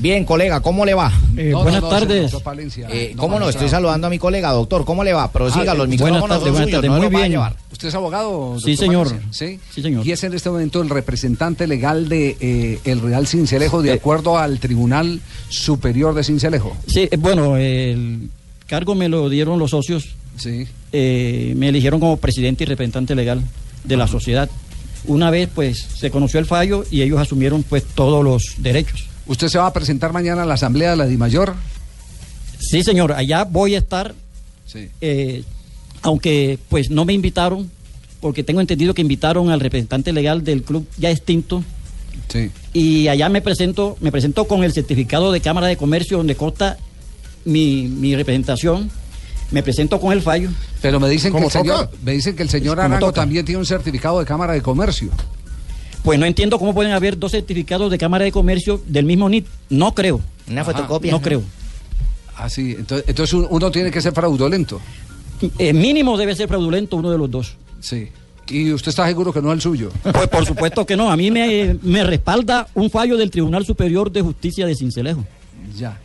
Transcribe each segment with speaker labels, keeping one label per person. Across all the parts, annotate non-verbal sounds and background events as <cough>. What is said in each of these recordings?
Speaker 1: Bien, colega, ¿cómo le va?
Speaker 2: Pues, Eh, buenas tardes.
Speaker 1: Eh, ¿Cómo no? Estoy saludando a mi colega, doctor. ¿Cómo le va? Prosiga,
Speaker 2: Ah,
Speaker 1: los
Speaker 2: eh,
Speaker 1: micrófonos
Speaker 2: buenas tardes,
Speaker 1: son
Speaker 2: buenas
Speaker 1: suyos,
Speaker 2: tardes,
Speaker 1: no
Speaker 2: muy
Speaker 1: los va a
Speaker 2: bien.
Speaker 1: llevar.
Speaker 3: ¿Usted es abogado?
Speaker 2: Sí,
Speaker 3: doctor
Speaker 2: señor.
Speaker 3: Valencia? ¿Sí?
Speaker 2: Sí, señor.
Speaker 3: Y es en este momento el representante legal de eh, el Real Cincelejo
Speaker 2: Eh.
Speaker 3: de acuerdo al Tribunal Superior de Cincelejo.
Speaker 2: Sí, eh, bueno, eh, el cargo me lo dieron los socios,
Speaker 3: Sí.
Speaker 2: eh, me eligieron como presidente y representante legal de la sociedad. Una vez, pues, se conoció el fallo y ellos asumieron, pues, todos los derechos.
Speaker 3: ¿Usted se va a presentar mañana a la Asamblea de la DIMAYOR?
Speaker 2: Sí, señor, allá voy a estar,
Speaker 3: Sí.
Speaker 2: eh, aunque, pues, no me invitaron, porque tengo entendido que invitaron al representante legal del club ya extinto,
Speaker 3: Sí.
Speaker 2: y allá me presento, me presento con el certificado de Cámara de Comercio donde consta mi, mi representación, me presento con el fallo.
Speaker 3: Pero me dicen que
Speaker 4: ¿Cómo
Speaker 3: el señor,
Speaker 4: toca?
Speaker 3: me dicen que el señor
Speaker 2: Como
Speaker 3: Arango
Speaker 2: toca.
Speaker 3: también tiene un certificado de Cámara de Comercio.
Speaker 2: Pues no entiendo cómo pueden haber dos certificados de Cámara de Comercio del mismo NIT. No creo.
Speaker 1: Una
Speaker 3: Ajá,
Speaker 1: fotocopia.
Speaker 2: No creo.
Speaker 3: Ah, sí. Entonces, entonces un- uno tiene que ser fraudulento.
Speaker 2: Eh, mínimo debe ser fraudulento uno de los dos.
Speaker 3: Sí. ¿Y usted está seguro que no es el suyo?
Speaker 2: Pues por supuesto que no. A mí me, me respalda un fallo del Tribunal Superior de Justicia de Cincelejo.
Speaker 3: Ya.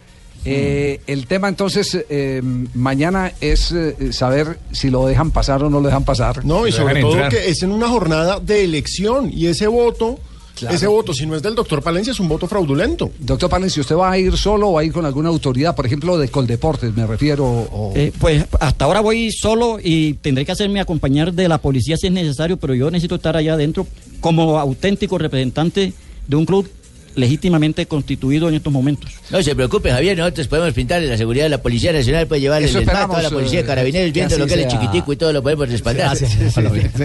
Speaker 3: Eh, el tema entonces eh, mañana es eh, saber si lo dejan pasar o no Pues, lo dejan pasar.
Speaker 4: No, y
Speaker 5: Lo
Speaker 4: sobre
Speaker 5: dejan
Speaker 4: todo
Speaker 5: entrar.
Speaker 4: que es en una jornada de elección y ese voto,
Speaker 3: Claro.
Speaker 4: ese voto, si no es del doctor Palencia, es un voto fraudulento.
Speaker 3: Doctor Palencia, ¿usted va a ir solo o va a ir con alguna autoridad, por ejemplo, de Coldeportes, me refiero? o-
Speaker 2: Eh, pues hasta ahora voy solo y tendré que hacerme acompañar de la policía si es necesario, pero yo necesito estar allá adentro como auténtico representante de un club legítimamente constituido en estos momentos.
Speaker 6: No se preocupe, Javier, nosotros podemos pintarle la seguridad de la Policía Nacional,
Speaker 1: pues,
Speaker 6: puede llevarle
Speaker 3: Eso
Speaker 6: el desmato a la
Speaker 3: esperamos,
Speaker 6: Policía de
Speaker 3: eh,
Speaker 6: Carabineros,
Speaker 3: que
Speaker 6: viendo
Speaker 3: así
Speaker 6: lo que es
Speaker 3: sea.
Speaker 6: chiquitico y todo lo podemos respaldar.
Speaker 3: <laughs>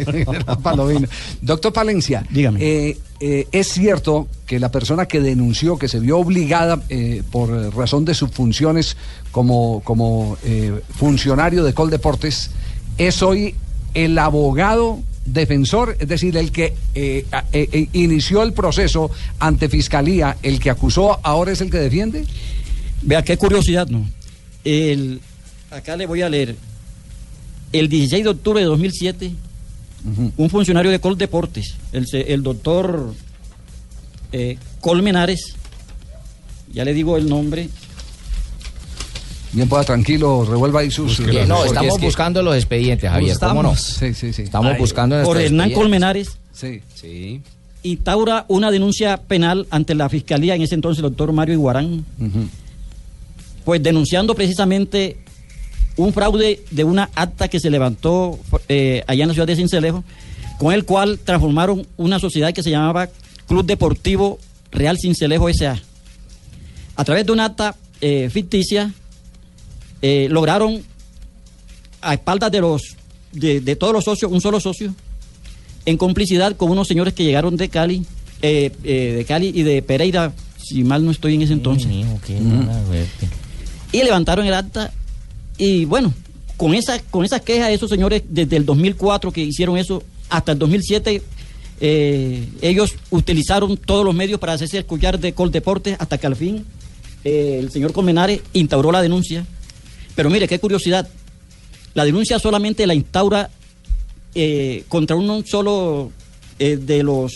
Speaker 3: Palomino. Doctor Palencia,
Speaker 2: Dígame.
Speaker 3: eh, eh, es cierto que la persona que denunció, que se vio obligada eh, por eh, razón de sus funciones como, como eh, funcionario de Coldeportes, es hoy el abogado defensor, es decir, el que eh, a- eh, eh, inició el proceso ante fiscalía, el que acusó, ahora es el que defiende.
Speaker 2: Vea, qué curiosidad, ¿no? El, acá le voy a leer. El 16 de octubre de 2007, un funcionario de Col Deportes, el, se- el doctor eh, Colmenares, ya le digo el nombre,
Speaker 3: Bien, pueda tranquilo, revuelva ahí sus.
Speaker 1: Bien, No,
Speaker 3: porque
Speaker 1: estamos
Speaker 3: es que-
Speaker 1: buscando los expedientes, Javier. ¿Cómo no?
Speaker 3: Sí, sí, sí.
Speaker 1: Estamos buscando
Speaker 2: por
Speaker 1: nuestros
Speaker 2: Hernán
Speaker 1: expedientes.
Speaker 2: Colmenares,
Speaker 3: Sí.
Speaker 6: Sí.
Speaker 2: instaura una denuncia penal ante la fiscalía, en ese entonces el doctor Mario Iguarán,
Speaker 3: Ujú.
Speaker 2: pues denunciando precisamente un fraude de una acta que se levantó eh, allá en la ciudad de Cincelejo, con el cual transformaron una sociedad que se llamaba Club Deportivo Real Cincelejo S.A. A través de una acta eh, ficticia, eh, lograron a espaldas de los de, de todos los socios, un solo socio, en complicidad con unos señores que llegaron de Cali, eh, eh, de Cali y de Pereira, si mal no estoy en ese entonces
Speaker 6: Mijo, qué mala suerte.
Speaker 2: y levantaron el acta y bueno, con esa con esas quejas de esos señores desde el 2004 que hicieron eso hasta el 2007 eh, ellos utilizaron todos los medios para hacerse escuchar de Coldeportes hasta que al fin eh, el señor Colmenares instauró la denuncia. Pero mire, qué curiosidad. La denuncia solamente la instaura eh, contra un solo eh, de los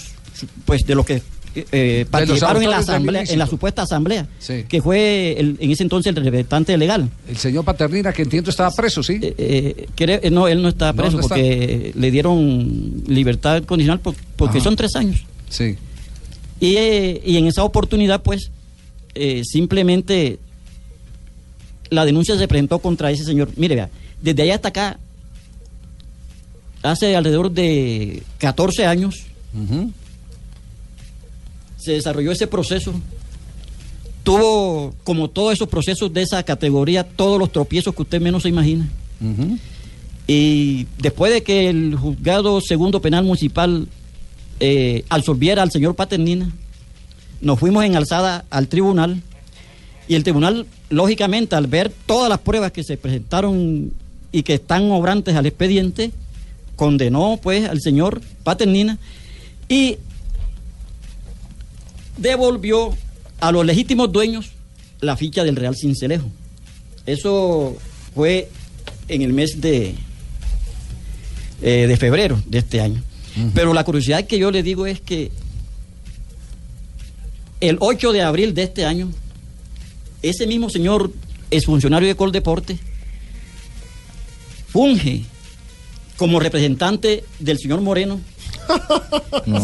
Speaker 2: pues de los que eh, eh, participaron en la
Speaker 3: autores del
Speaker 2: asamblea, en la
Speaker 3: ilícito.
Speaker 2: supuesta asamblea,
Speaker 3: Sí.
Speaker 2: que fue el- en ese entonces el representante legal.
Speaker 3: El señor Paternina, que entiendo estaba preso, ¿sí?
Speaker 2: Eh, eh, creo- eh, no, él no está
Speaker 3: No,
Speaker 2: preso
Speaker 3: no está.
Speaker 2: porque le dieron libertad condicional por- porque
Speaker 3: Ajá.
Speaker 2: son tres años.
Speaker 3: Sí.
Speaker 2: Y, eh, y en esa oportunidad, pues, eh, simplemente la denuncia se presentó contra ese señor. Mire, vea, desde allá hasta acá, hace alrededor de 14 años,
Speaker 3: Ujú.
Speaker 2: se desarrolló ese proceso. Tuvo, como todos esos procesos de esa categoría, todos los tropiezos que usted menos se imagina.
Speaker 3: Ujú.
Speaker 2: Y después de que el juzgado segundo penal municipal eh, absolviera al señor Paternina, nos fuimos en alzada al tribunal y el tribunal, lógicamente, al ver todas las pruebas que se presentaron y que están obrantes al expediente, condenó pues al señor Paternina y devolvió a los legítimos dueños la ficha del Real Cincelejo. Eso fue en el mes de, eh, de febrero de este año. Pero la curiosidad que yo le digo es que el 8 de abril de este año, ese mismo señor es funcionario de Coldeporte, funge como representante del señor Moreno.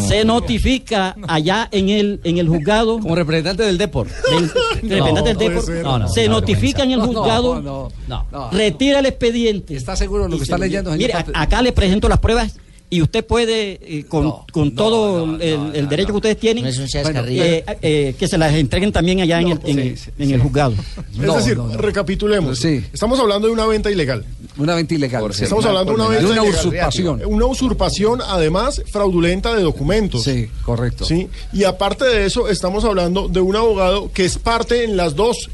Speaker 2: Se notifica allá en el, en el juzgado
Speaker 5: Como representante del Deport.
Speaker 3: <laughs>
Speaker 2: del- del
Speaker 5: No,
Speaker 2: representante del
Speaker 5: no puede
Speaker 2: Depor,
Speaker 4: ser.
Speaker 5: No, no,
Speaker 2: se
Speaker 5: no,
Speaker 2: notifica en el
Speaker 3: no, no,
Speaker 2: juzgado,
Speaker 3: no, no, no.
Speaker 2: retira el expediente.
Speaker 3: ¿Está seguro de lo
Speaker 2: Y
Speaker 3: que
Speaker 2: se
Speaker 3: está leyendo, señor
Speaker 2: Mire, a-
Speaker 3: Pape?
Speaker 2: acá le presento las pruebas y usted puede, eh, con,
Speaker 3: No,
Speaker 2: con
Speaker 3: no,
Speaker 2: todo
Speaker 3: no, no,
Speaker 2: el, el
Speaker 3: no,
Speaker 2: derecho
Speaker 3: no.
Speaker 2: que ustedes tienen,
Speaker 6: No es un
Speaker 3: Bueno,
Speaker 6: chascarrillo.
Speaker 2: eh, eh, que se las entreguen también allá en, el, en-
Speaker 3: sí, sí,
Speaker 2: en el
Speaker 3: sí.
Speaker 2: juzgado.
Speaker 3: <laughs>
Speaker 4: Es
Speaker 3: No,
Speaker 4: decir,
Speaker 3: no, no.
Speaker 4: recapitulemos.
Speaker 3: Sí.
Speaker 4: Estamos hablando de una venta ilegal.
Speaker 3: Una venta ilegal.
Speaker 4: Sí, Estamos hablando de una
Speaker 3: de
Speaker 4: venta
Speaker 3: una
Speaker 4: ilegal.
Speaker 3: usurpación.
Speaker 4: Una usurpación, además, fraudulenta de documentos.
Speaker 3: Sí, correcto.
Speaker 4: Sí, Y aparte de eso, estamos hablando de un abogado que es parte en las dos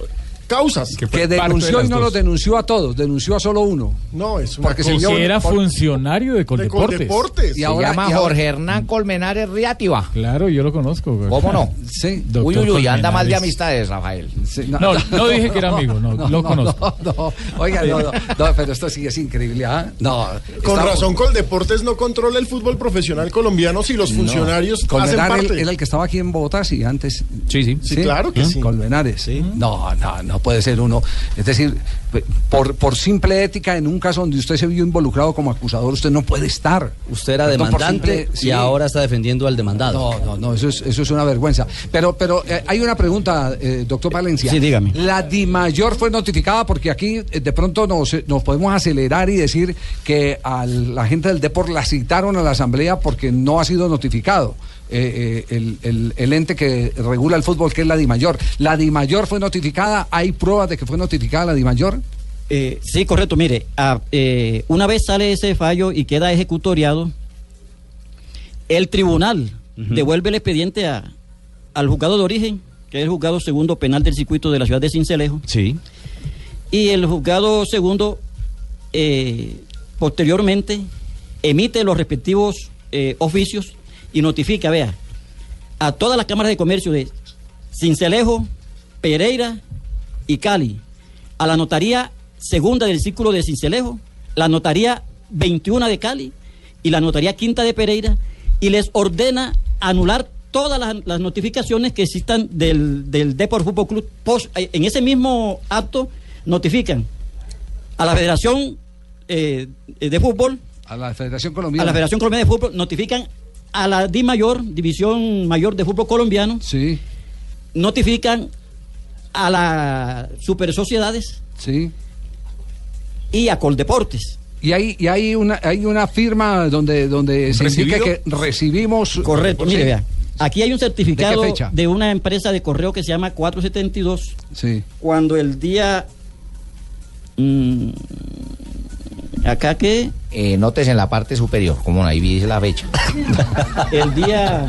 Speaker 4: causas.
Speaker 7: Que-
Speaker 3: Que
Speaker 7: Parte de
Speaker 3: denunció
Speaker 7: las
Speaker 3: y no
Speaker 7: dos.
Speaker 3: lo denunció a todos, denunció a solo uno.
Speaker 4: No, es una
Speaker 3: Porque
Speaker 4: cosa-
Speaker 3: se dio-
Speaker 7: Que era
Speaker 4: por-
Speaker 7: funcionario de
Speaker 4: de
Speaker 7: Coldeportes.
Speaker 4: Coldeportes.
Speaker 3: Y
Speaker 1: Se
Speaker 3: ahora-
Speaker 1: llama
Speaker 3: y ahora-
Speaker 1: Jorge Hernán Colmenares Riativa.
Speaker 7: Claro, yo lo conozco. güey.
Speaker 1: ¿Cómo
Speaker 2: <laughs>
Speaker 1: no?
Speaker 3: Sí.
Speaker 7: Doctor
Speaker 1: uy, uy, uy, anda
Speaker 7: Colmenares.
Speaker 1: mal de amistades, Rafael.
Speaker 3: Sí,
Speaker 7: No, no dije que era amigo, no, lo conozco.
Speaker 3: <laughs> No, no, oiga, no, no, no, pero esto sí es increíble, ¿ah? No,
Speaker 4: Con
Speaker 3: estamos-
Speaker 4: razón, Coldeportes no controla el fútbol profesional colombiano si los funcionarios hacen
Speaker 3: Colmenar
Speaker 4: parte.
Speaker 3: él- era el que estaba aquí en Bogotá, sí, antes.
Speaker 7: Sí, sí.
Speaker 4: Sí, claro
Speaker 3: ¿Eh?
Speaker 4: que sí.
Speaker 3: Colmenares. No, no, no puede ser uno. Es decir, pe- por, por simple ética, en un caso donde usted se vio involucrado como acusador, usted no puede estar.
Speaker 5: Usted era
Speaker 3: Perdón, por
Speaker 5: demandante
Speaker 3: simple-
Speaker 5: y
Speaker 3: sí.
Speaker 5: ahora está defendiendo al demandado.
Speaker 3: No, no, no, eso es, eso es una vergüenza. Pero, pero eh, hay una pregunta, eh, doctor Valencia.
Speaker 2: Sí, dígame.
Speaker 3: La DIMAYOR fue notificada porque aquí eh, de pronto nos, eh, nos podemos acelerar y decir que a la gente del Depor la citaron a la asamblea porque no ha sido notificado. eh, eh, el, el- el ente que regula el fútbol, que es la DIMAYOR. ¿La DIMAYOR fue notificada? ¿Hay pruebas de que fue notificada la DIMAYOR?
Speaker 2: Eh, sí, correcto. Mire, a- eh, una vez sale ese fallo y queda ejecutoriado, el tribunal devuelve el expediente a- al juzgado de origen, que es el juzgado segundo penal del circuito de la ciudad de Cincelejo.
Speaker 5: Sí.
Speaker 2: Y el juzgado segundo, eh, posteriormente, emite los respectivos eh, oficios y notifica, vea, a todas las cámaras de comercio de Cincelejo, Pereira y Cali, a la notaría segunda del círculo de Cincelejo, la notaría 21 de Cali y la notaría quinta de Pereira, y les ordena anular todas las, las notificaciones que existan del, del Depor Fútbol Club. Pos- eh, en ese mismo acto notifican a la Federación eh, de Fútbol,
Speaker 3: A la Federación
Speaker 2: a
Speaker 3: Colombiana.
Speaker 2: la Federación Colombiana de Fútbol, notifican a la Di Mayor, División Mayor de Fútbol Colombiano,
Speaker 3: Sí,
Speaker 2: notifican a las super sociedades
Speaker 3: sí.
Speaker 2: y a Coldeportes.
Speaker 3: Y hay, y hay una hay una firma donde donde se indica
Speaker 7: ¿Recibido?
Speaker 3: que recibimos
Speaker 2: Correcto,
Speaker 3: Sí.
Speaker 2: mire, vea. Aquí hay un certificado
Speaker 3: ¿De qué
Speaker 2: ¿De,
Speaker 3: fecha?
Speaker 2: una empresa de correo que se llama 472,
Speaker 3: Sí.
Speaker 2: cuando el día... mm, acá que...
Speaker 1: Eh, notes en la parte superior, como ahí dice la fecha.
Speaker 3: <laughs>
Speaker 2: El día...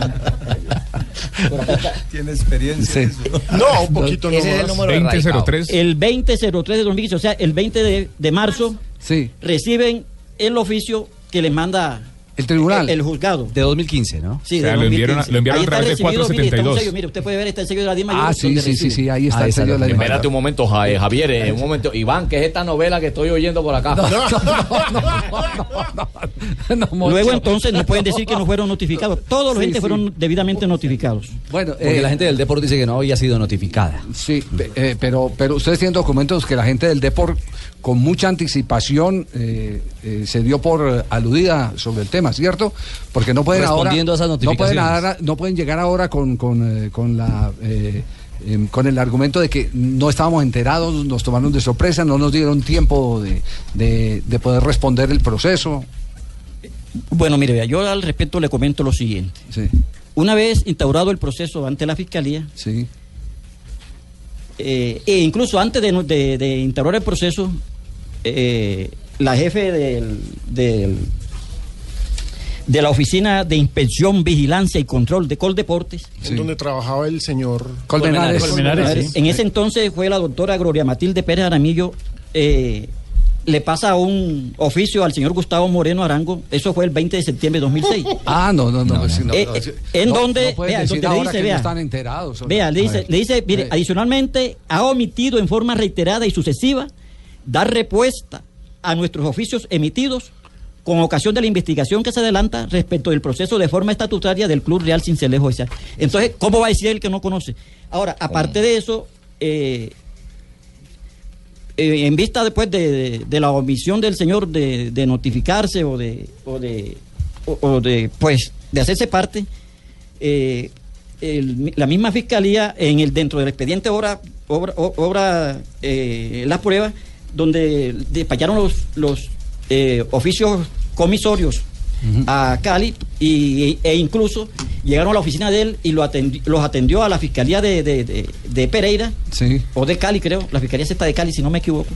Speaker 1: <laughs>
Speaker 4: No, un poquito no.
Speaker 1: Ese es el
Speaker 4: más.
Speaker 1: número erradicado.
Speaker 7: 2003.
Speaker 2: El 2003 de 2015, o sea, el 20 de, de marzo,
Speaker 3: Sí.
Speaker 2: reciben el oficio que les manda
Speaker 3: El tribunal.
Speaker 2: el, el juzgado.
Speaker 5: De 2015, ¿no?
Speaker 2: Sí,
Speaker 7: O sea,
Speaker 2: de
Speaker 7: lo enviaron a-
Speaker 2: 2015.
Speaker 7: lo enviaron
Speaker 2: Ahí
Speaker 7: a través de
Speaker 2: está recibido, mire, está un
Speaker 7: 472.
Speaker 2: sello, mire, usted puede ver, está el sello de la DIMA.
Speaker 3: Ah, sí, sí, sí, sí, ahí está
Speaker 5: Ahí
Speaker 3: el
Speaker 5: está
Speaker 3: sello de la
Speaker 5: la
Speaker 3: imagen.
Speaker 8: Espérate un momento, Ja- eh, Javier, eh, un momento. Iván, ¿qué es esta novela que estoy oyendo por acá?
Speaker 3: No, no, no,
Speaker 2: Luego
Speaker 3: Moncho.
Speaker 2: entonces no pueden decir que no fueron notificados. Todos los
Speaker 3: Sí,
Speaker 2: gente
Speaker 3: sí.
Speaker 2: fueron debidamente notificados.
Speaker 3: Bueno,
Speaker 5: Porque
Speaker 3: eh,
Speaker 5: la gente del Deport dice que no había sido notificada.
Speaker 3: Sí, pe- eh, pero, pero ustedes tienen documentos que la gente del Deport con mucha anticipación eh, eh, se dio por eh, aludida sobre el tema, ¿cierto? Porque no pueden ahora...
Speaker 5: Respondiendo a esas notificaciones.
Speaker 3: No pueden, ahora- no pueden llegar ahora con, con, eh, con la... eh, em, con el argumento de que no estábamos enterados, nos tomaron de sorpresa, no nos dieron tiempo de, de- de poder responder el proceso.
Speaker 2: Bueno, mire, vea, yo al respecto le comento lo siguiente.
Speaker 3: Sí,
Speaker 2: Una vez instaurado el proceso ante la fiscalía,
Speaker 3: sí,
Speaker 2: eh, e incluso antes de, no- de- de instaurar el proceso, eh, la jefe del- del- de la Oficina de Inspección, Vigilancia y Control de Coldeportes,
Speaker 3: sí.
Speaker 4: Donde trabajaba el señor.
Speaker 3: Colmenares.
Speaker 7: Colmenares, sí.
Speaker 2: En ese entonces fue la doctora Gloria Matilde Pérez Aramillo, eh, le pasa un oficio al señor Gustavo Moreno Arango, eso fue el 20 de septiembre de 2006.
Speaker 3: Ah, no, no, no. sí, no,
Speaker 2: Eh,
Speaker 3: no,
Speaker 2: eh,
Speaker 3: sí.
Speaker 2: en
Speaker 3: No,
Speaker 2: donde,
Speaker 3: no pueden
Speaker 2: vea,
Speaker 3: decir
Speaker 2: donde le
Speaker 3: ahora
Speaker 2: dice,
Speaker 3: que no
Speaker 2: vea,
Speaker 3: están enterados. sobre-
Speaker 2: Vea, le
Speaker 3: A
Speaker 2: dice,
Speaker 3: ver.
Speaker 2: le dice, mire,
Speaker 3: Sí.
Speaker 2: adicionalmente ha omitido en forma reiterada y sucesiva dar respuesta a nuestros oficios emitidos con ocasión de la investigación que se adelanta respecto del proceso de forma estatutaria del Club Real Cincelejo. S.A.. Entonces, ¿cómo va a decir el que no conoce? Ahora, aparte de eso, eh, eh, en vista después de, de- de la omisión del señor de, de notificarse o de, o de, o- o de, pues, de hacerse parte, eh, el- la misma fiscalía en el dentro del expediente obra, obra, o- obra, eh, las pruebas donde despacharon los, los eh, oficios comisorios a Cali y, e incluso llegaron a la oficina de él y lo atendi- los atendió a la fiscalía de, de- de- de Pereira
Speaker 3: Sí.
Speaker 2: o de Cali, creo, la Fiscalía Sexta de Cali, si no me equivoco,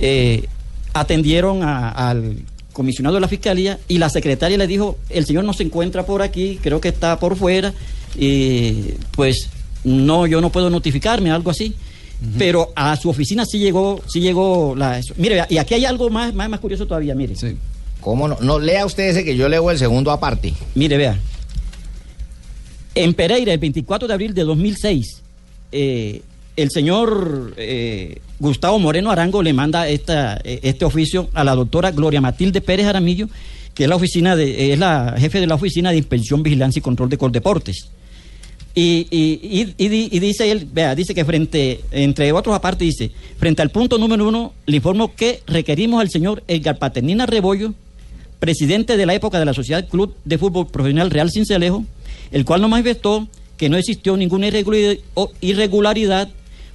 Speaker 2: eh, atendieron a- al comisionado de la Fiscalía y la secretaria le dijo, el señor no se encuentra por aquí, creo que está por fuera, y pues no, yo no puedo notificarme, algo así. Pero a su oficina sí llegó, sí llegó la... eso. Mire, y aquí hay algo más, más, más curioso todavía, mire.
Speaker 3: Sí.
Speaker 1: ¿Cómo no? No lea usted ese que yo leo el segundo aparte.
Speaker 2: Mire, vea. En Pereira, el 24 de abril de 2006, eh, el señor eh, Gustavo Moreno Arango le manda esta, eh, este oficio a la doctora Gloria Matilde Pérez Aramillo, que es la oficina de, es la jefe de la oficina de inspección, vigilancia y control de Coldeportes. Y, y- y- y di- y dice él, vea, dice que frente, entre otros aparte, dice, frente al punto número uno, le informo que requerimos al señor Edgar Paternina Rebollo, presidente de la época de la Sociedad Club de Fútbol Profesional Real Cincelejo, el cual nos manifestó que no existió ninguna irreguli- o irregularidad.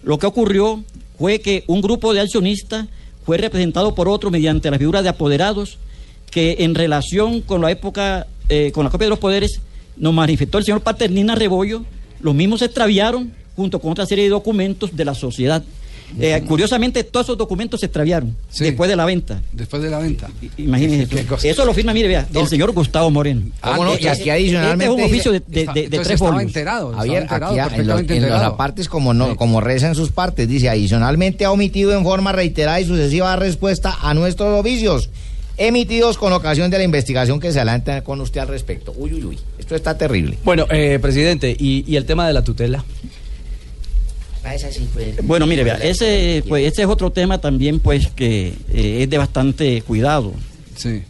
Speaker 2: Lo que ocurrió fue que un grupo de accionistas fue representado por otro mediante la figura de apoderados que en relación con la época, eh, con la copia de los poderes, nos manifestó el señor Paternina Rebollo, los mismos se extraviaron junto con otra serie de documentos de la sociedad. Eh, curiosamente, todos esos documentos se extraviaron
Speaker 3: Sí.
Speaker 2: después de la venta.
Speaker 3: Después de la venta.
Speaker 2: I- Imagínese
Speaker 3: Qué
Speaker 2: eso.
Speaker 3: cosa. Ah,
Speaker 2: Eso lo firma, mire, vea, el señor Gustavo Moreno.
Speaker 1: ¿Cómo no?
Speaker 2: Eh,
Speaker 1: Y aquí
Speaker 2: eh,
Speaker 1: adicionalmente
Speaker 2: Este es un
Speaker 1: dice-
Speaker 2: oficio de, de-
Speaker 3: Está-
Speaker 2: de- de
Speaker 3: entonces
Speaker 2: tres
Speaker 3: estaba
Speaker 2: folios.
Speaker 3: enterado, estaba
Speaker 1: Javier,
Speaker 3: enterado,
Speaker 1: aquí en los,
Speaker 3: perfectamente
Speaker 1: en los
Speaker 3: enterado.
Speaker 1: apartes, como, no, como rezan sus partes, dice, adicionalmente ha omitido en forma reiterada y sucesiva respuesta a nuestros oficios emitidos con ocasión de la investigación que se adelanta con usted al respecto. Uy, uy, uy, esto está terrible.
Speaker 5: Bueno, eh, presidente, ¿y, y el tema de la tutela?
Speaker 6: Ah, esa sí fue.
Speaker 2: Bueno, mire, vea, ese, pues, ese es otro tema también pues que eh, es de bastante cuidado.
Speaker 3: Sí.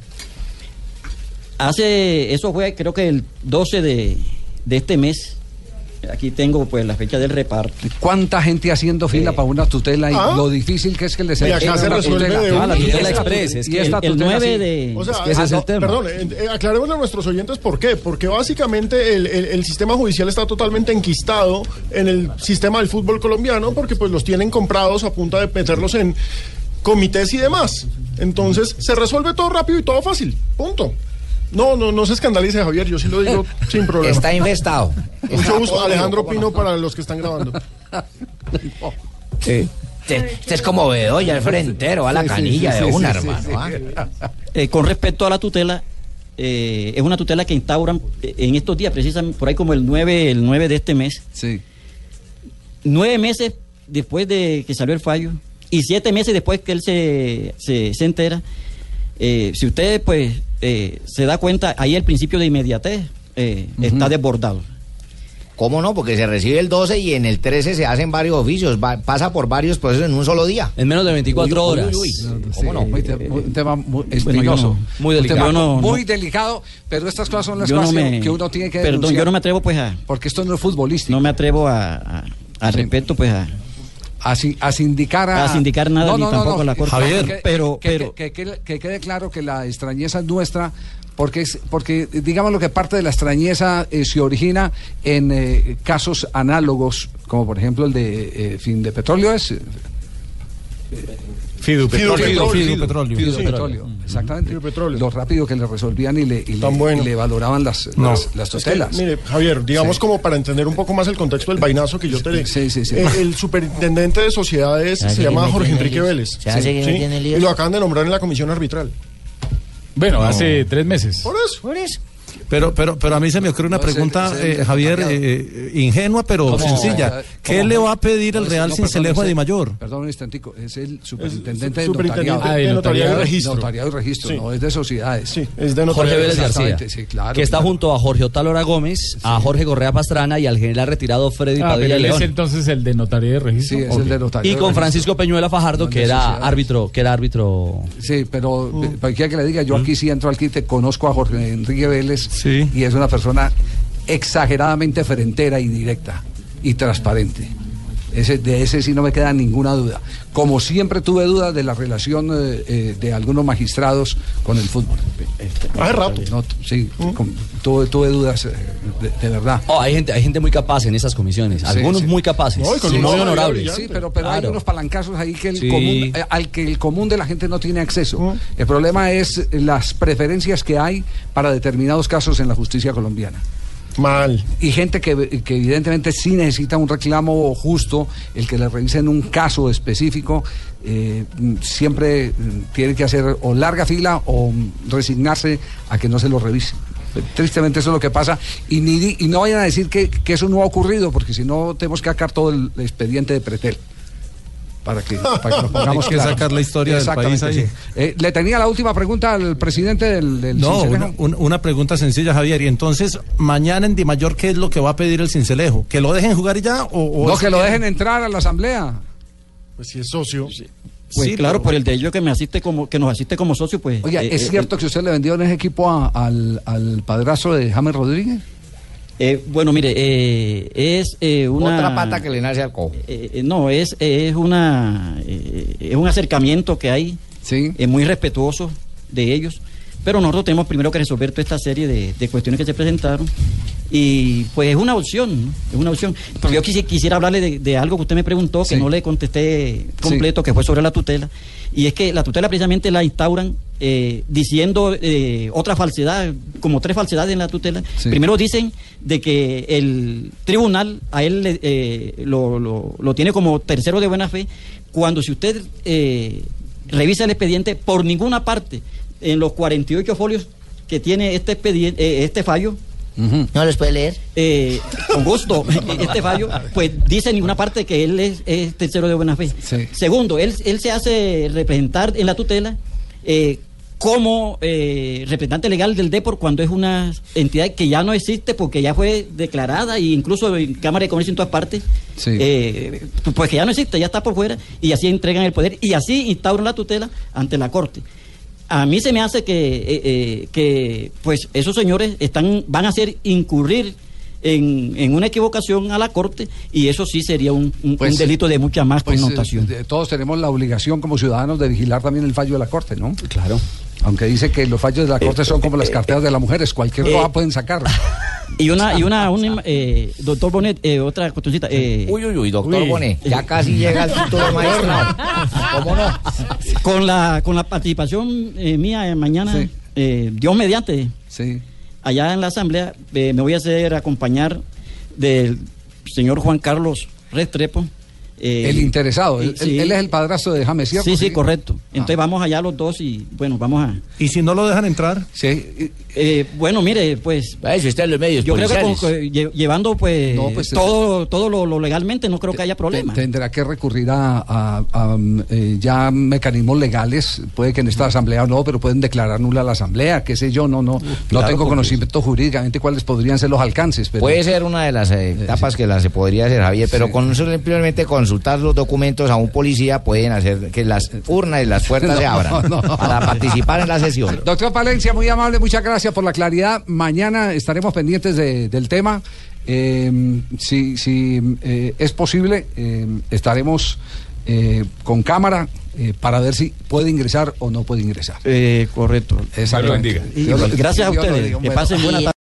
Speaker 2: Hace, eso fue creo que el 12 de, de este mes. Aquí tengo pues la fecha del reparto.
Speaker 3: ¿Cuánta gente haciendo fila para una tutela y
Speaker 4: Ah.
Speaker 3: lo difícil que es que les
Speaker 4: Y acá
Speaker 3: entreguen
Speaker 4: se
Speaker 3: una
Speaker 4: resuelve de
Speaker 5: Ah, la
Speaker 4: una.
Speaker 5: tutela
Speaker 3: esta
Speaker 5: express,
Speaker 3: tu-
Speaker 5: es
Speaker 3: y
Speaker 5: que
Speaker 3: esta
Speaker 2: el, el
Speaker 3: tutela
Speaker 2: 9
Speaker 3: sí.
Speaker 2: de...
Speaker 4: O sea,
Speaker 5: Es que ese
Speaker 4: ah,
Speaker 5: es el
Speaker 4: no,
Speaker 5: tema.
Speaker 4: Perdón, eh, eh, aclaremos a nuestros oyentes por qué. Porque básicamente el, el- el sistema judicial está totalmente enquistado en el sistema del fútbol colombiano porque pues los tienen comprados a punta de meterlos en comités y demás. Entonces se resuelve todo rápido y todo fácil. Punto. No, no, no se escandalice, Javier. Yo sí
Speaker 5: <laughs>
Speaker 4: lo digo sin problema.
Speaker 1: Está infestado.
Speaker 4: Mucho gusto, Alejandro Pino, para los que están grabando.
Speaker 6: Usted usted es como
Speaker 1: Pues,
Speaker 6: Bedoya, al frente, a la canilla de una, hermano. ¿ah?
Speaker 2: Eh, con respecto a la tutela, eh, es una tutela que instauran eh, en estos días, precisamente por ahí como el 9, el 9 de este mes.
Speaker 3: Sí.
Speaker 2: Nueve meses después de que salió el fallo y siete meses después que él se, se, se entera. eh, si usted pues eh, se da cuenta, ahí el principio de inmediatez eh, está desbordado.
Speaker 1: ¿Cómo no? Porque se recibe el 12 y en el 13 se hacen varios oficios, va- pasa por varios procesos en un solo día.
Speaker 5: En menos de 24 horas.
Speaker 3: ¿Cómo
Speaker 5: eh,
Speaker 3: no? Muy te- muy- un tema muy espinoso.
Speaker 2: no-
Speaker 5: muy
Speaker 3: Un
Speaker 5: delicado.
Speaker 3: tema
Speaker 2: Yo no-
Speaker 3: muy
Speaker 2: no-
Speaker 3: delicado, pero estas cosas son las cosas que uno tiene que
Speaker 2: Perdón,
Speaker 3: denunciar,
Speaker 2: yo no me atrevo pues a...
Speaker 3: Porque esto no es futbolístico.
Speaker 2: No me atrevo a... a al
Speaker 3: Sí.
Speaker 2: respeto, pues a,
Speaker 3: a, sin- a sindicar a,
Speaker 2: A sindicar nada, ni tampoco la Corte. Javier,
Speaker 3: que,
Speaker 2: pero-
Speaker 3: que-
Speaker 2: pero-
Speaker 3: que- que- que quede claro que la extrañeza es nuestra porque es porque digamos lo que parte de la extrañeza eh, se origina en eh, casos análogos como por ejemplo el de eh, fin de petróleo es eh,
Speaker 4: Fidupetróleo.
Speaker 3: petróleo exactamente
Speaker 4: Fidupetróleo.
Speaker 3: lo rápido que le resolvían y le, y le,
Speaker 4: Tan bueno.
Speaker 3: y le valoraban las las, las
Speaker 4: Es que,
Speaker 3: tutelas
Speaker 4: mire, Javier, digamos como para entender un poco más el contexto del vainazo que yo te leí.
Speaker 3: Sí, sí, sí.
Speaker 4: El, el superintendente de sociedades
Speaker 6: Ya sé
Speaker 4: se
Speaker 6: que
Speaker 4: llama
Speaker 6: no
Speaker 4: Jorge
Speaker 6: tiene
Speaker 4: Enrique
Speaker 6: lío.
Speaker 4: Vélez.
Speaker 6: Ya sé que no tiene lío.
Speaker 4: Y lo acaban de nombrar en la comisión arbitral.
Speaker 7: Bueno, hace tres meses.
Speaker 4: Por eso.
Speaker 9: Pero, pero, pero a mí se me ocurre una
Speaker 3: No, se-
Speaker 9: pregunta,
Speaker 3: se-
Speaker 9: eh,
Speaker 3: se-
Speaker 9: Javier,
Speaker 3: cambiado.
Speaker 9: eh, eh, ingenua pero
Speaker 3: No,
Speaker 9: sencilla.
Speaker 3: eh,
Speaker 9: ¿Qué
Speaker 3: ¿cómo?
Speaker 9: le va a pedir el
Speaker 3: No,
Speaker 9: Real
Speaker 3: no,
Speaker 9: sin
Speaker 3: perdón,
Speaker 9: Cincelejo a
Speaker 3: es el-
Speaker 9: Di Mayor?
Speaker 3: Perdón un instantico, es el
Speaker 4: Es
Speaker 3: superintendente
Speaker 4: su-
Speaker 3: de notariado.
Speaker 4: superintendente de notariado y
Speaker 7: Ah, de
Speaker 4: registro.
Speaker 3: Notariado y registro,
Speaker 4: Sí.
Speaker 3: no es de sociedades.
Speaker 4: Sí, es de
Speaker 5: Jorge
Speaker 4: notariado.
Speaker 5: Vélez García,
Speaker 3: Exactamente, sí, claro.
Speaker 5: que está junto a Jorge Otálora Gómez, a Jorge Correa Pastrana y al general retirado Freddy
Speaker 7: Ah, pero
Speaker 5: Padilla
Speaker 7: él es
Speaker 5: León.
Speaker 7: entonces el de notaría de registro.
Speaker 3: Sí, es
Speaker 7: Ok.
Speaker 3: el de notariado.
Speaker 5: Y
Speaker 3: de
Speaker 5: con
Speaker 3: registro.
Speaker 5: Francisco Peñuela Fajardo,
Speaker 3: No
Speaker 5: que
Speaker 3: es de
Speaker 5: era
Speaker 3: sociedades.
Speaker 5: árbitro, que era árbitro.
Speaker 3: Sí, pero
Speaker 9: Oh.
Speaker 3: eh, cualquiera que le diga, yo aquí sí entro al quite, conozco a Jorge Enrique Vélez
Speaker 9: Sí.
Speaker 3: y es una persona exageradamente frentera y directa y transparente. Ese, de ese sí no me queda ninguna duda. Como siempre tuve dudas de la relación eh, eh, de algunos magistrados con el fútbol.
Speaker 4: Hace rato.
Speaker 3: No, t- sí, con- tuve, tuve dudas eh, de- de verdad.
Speaker 5: Oh, hay gente, hay gente muy capaz en esas comisiones,
Speaker 3: Sí,
Speaker 5: algunos
Speaker 3: sí.
Speaker 5: muy capaces,
Speaker 4: No, y con
Speaker 5: sí,
Speaker 4: un
Speaker 5: muy
Speaker 4: ojo de
Speaker 5: honorables.
Speaker 4: brillante.
Speaker 3: Sí, pero, pero hay
Speaker 5: Claro.
Speaker 3: unos palancazos ahí que el
Speaker 5: Sí.
Speaker 3: común, eh, al que el común de la gente no tiene acceso.
Speaker 4: Mm.
Speaker 3: El problema es las preferencias que hay para determinados casos en la justicia colombiana.
Speaker 4: Mal.
Speaker 3: Y gente que, que evidentemente sí necesita un reclamo justo, el que le revisen un caso específico, eh, mm, siempre mm, tiene que hacer o larga fila o mm, resignarse a que no se lo revise. Eh, Tristemente eso es lo que pasa. Y, ni, di- y no vayan a decir que, que eso no ha ocurrido, porque si no tenemos que sacar todo el expediente de Pretel. Para que, para que lo pongamos
Speaker 9: <laughs> Hay que
Speaker 3: claro.
Speaker 9: sacar la historia del país
Speaker 3: Exactamente,
Speaker 9: ahí.
Speaker 3: sí. Eh, le tenía la última pregunta al presidente del... del
Speaker 9: No,
Speaker 3: Cincelejo.
Speaker 9: una, una- una pregunta sencilla, Javier. Y entonces, mañana en Di Mayor, ¿qué es lo que va a pedir el Cincelejo? ¿Que lo dejen jugar ya? O, o
Speaker 3: No,
Speaker 9: es
Speaker 3: que lo dejen entrar a la asamblea.
Speaker 4: Pues si es socio.
Speaker 2: Pues
Speaker 9: Sí,
Speaker 2: claro,
Speaker 9: pero-
Speaker 2: por el de ellos que me asiste como, que nos asiste como socio, pues.
Speaker 3: Oiga,
Speaker 2: eh,
Speaker 3: ¿es
Speaker 2: eh,
Speaker 3: cierto que usted le vendió en ese equipo a- al, al padrazo de James Rodríguez?
Speaker 2: eh, bueno, mire, eh, es eh, una.
Speaker 1: Otra pata que le nace al cojo.
Speaker 2: eh, eh, no, es, eh, es una eh, es un acercamiento que hay,
Speaker 3: Sí.
Speaker 2: es muy respetuoso de ellos, pero nosotros tenemos primero que resolver toda esta serie de, de cuestiones que se presentaron y pues es una opción, ¿no? es una opción. Porque yo quisi- quisiera hablarle de, de algo que usted me preguntó, que
Speaker 3: Sí.
Speaker 2: no le contesté completo, que fue sobre la tutela, y es que la tutela precisamente la instauran eh, diciendo eh, otra falsedad, como tres falsedades en la tutela.
Speaker 3: Sí.
Speaker 2: Primero Primero dicen de que el tribunal a él le- eh, lo, lo- lo tiene como tercero de buena fe, cuando si usted eh, revisa el expediente, por ninguna parte, en los 48 folios que tiene este, expediente, eh, este fallo,
Speaker 3: Ujú.
Speaker 1: ¿No les puede leer?
Speaker 2: eh, con gusto <laughs> este fallo, pues dice en ninguna parte que él es, es tercero de buena fe.
Speaker 3: Sí.
Speaker 2: Segundo, él, él se hace representar en la tutela eh, como eh, representante legal del DEPOR cuando es una entidad que ya no existe porque ya fue declarada e incluso en Cámara de Comercio en todas partes,
Speaker 3: Sí.
Speaker 2: eh, pues que ya no existe, ya está por fuera y así entregan el poder y así instauran la tutela ante la Corte. A mí se me hace que, eh, eh, que pues esos señores están, van a hacer incurrir en, en una equivocación a la corte y eso sí sería un, un- un
Speaker 3: Pues,
Speaker 2: delito de mucha más
Speaker 3: Pues, eh,
Speaker 2: connotación.
Speaker 3: de- todos tenemos la obligación como ciudadanos de vigilar también el fallo de la Corte, ¿no?
Speaker 5: Claro.
Speaker 3: Aunque dice que los fallos de la Corte son como las carteras de las mujeres, cualquier
Speaker 2: eh,
Speaker 3: cosa pueden sacarla.
Speaker 2: y una,
Speaker 3: <laughs>
Speaker 2: y una, una, eh, doctor Bonet, eh, otra cuestioncita. eh,
Speaker 1: Uy, uy, uy, doctor
Speaker 7: Uy.
Speaker 1: Bonet. Ya casi llega al título de maestro. ¿Cómo no?
Speaker 2: con la con la participación eh, mía eh, mañana,
Speaker 3: Sí.
Speaker 2: eh, Dios mediante,
Speaker 3: Sí.
Speaker 2: eh, allá en la asamblea, eh, me voy a hacer acompañar del señor Juan Carlos Restrepo. eh,
Speaker 3: el interesado,
Speaker 2: y-
Speaker 3: él,
Speaker 2: sí.
Speaker 3: él es el padrazo de James, ¿cierto?
Speaker 2: Sí, sí, correcto. Entonces
Speaker 3: Ah.
Speaker 2: vamos allá los dos y bueno, vamos a...
Speaker 9: ¿Y si no lo dejan entrar?
Speaker 3: Sí, y-
Speaker 2: eh, bueno, mire, pues
Speaker 6: Eso está en los medios
Speaker 2: yo creo que
Speaker 6: policiales.
Speaker 2: con- que lle- llevando pues,
Speaker 3: No, pues,
Speaker 2: todo, todo lo, lo legalmente no creo que haya problema.
Speaker 3: Te- Tendrá que recurrir a, a- a, mm, eh, ya mecanismos legales, puede que en esta asamblea no, pero pueden declarar nula la asamblea, qué sé yo, no, no, no tengo conocimiento jurídicamente cuáles podrían ser los alcances, pero
Speaker 1: Puede ser una de las eh, etapas que las se podría hacer, Javier, pero
Speaker 3: Sí.
Speaker 1: con simplemente consultar los documentos a un policía pueden hacer que las urnas y las puertas se
Speaker 3: No,
Speaker 1: abran
Speaker 3: no, no.
Speaker 1: para participar en la sesión.
Speaker 3: Doctor Palencia, muy amable, muchas gracias por la claridad. Mañana estaremos pendientes de- del tema. Eh, si si eh, es posible, eh, estaremos eh, con cámara eh, para ver si puede ingresar o no puede ingresar.
Speaker 2: Eh, correcto.
Speaker 3: Exactamente.
Speaker 2: Y
Speaker 3: Dios lo-
Speaker 2: gracias a
Speaker 3: Dios lo
Speaker 2: ustedes.
Speaker 3: bendiga.
Speaker 2: Que pasen buena tarde.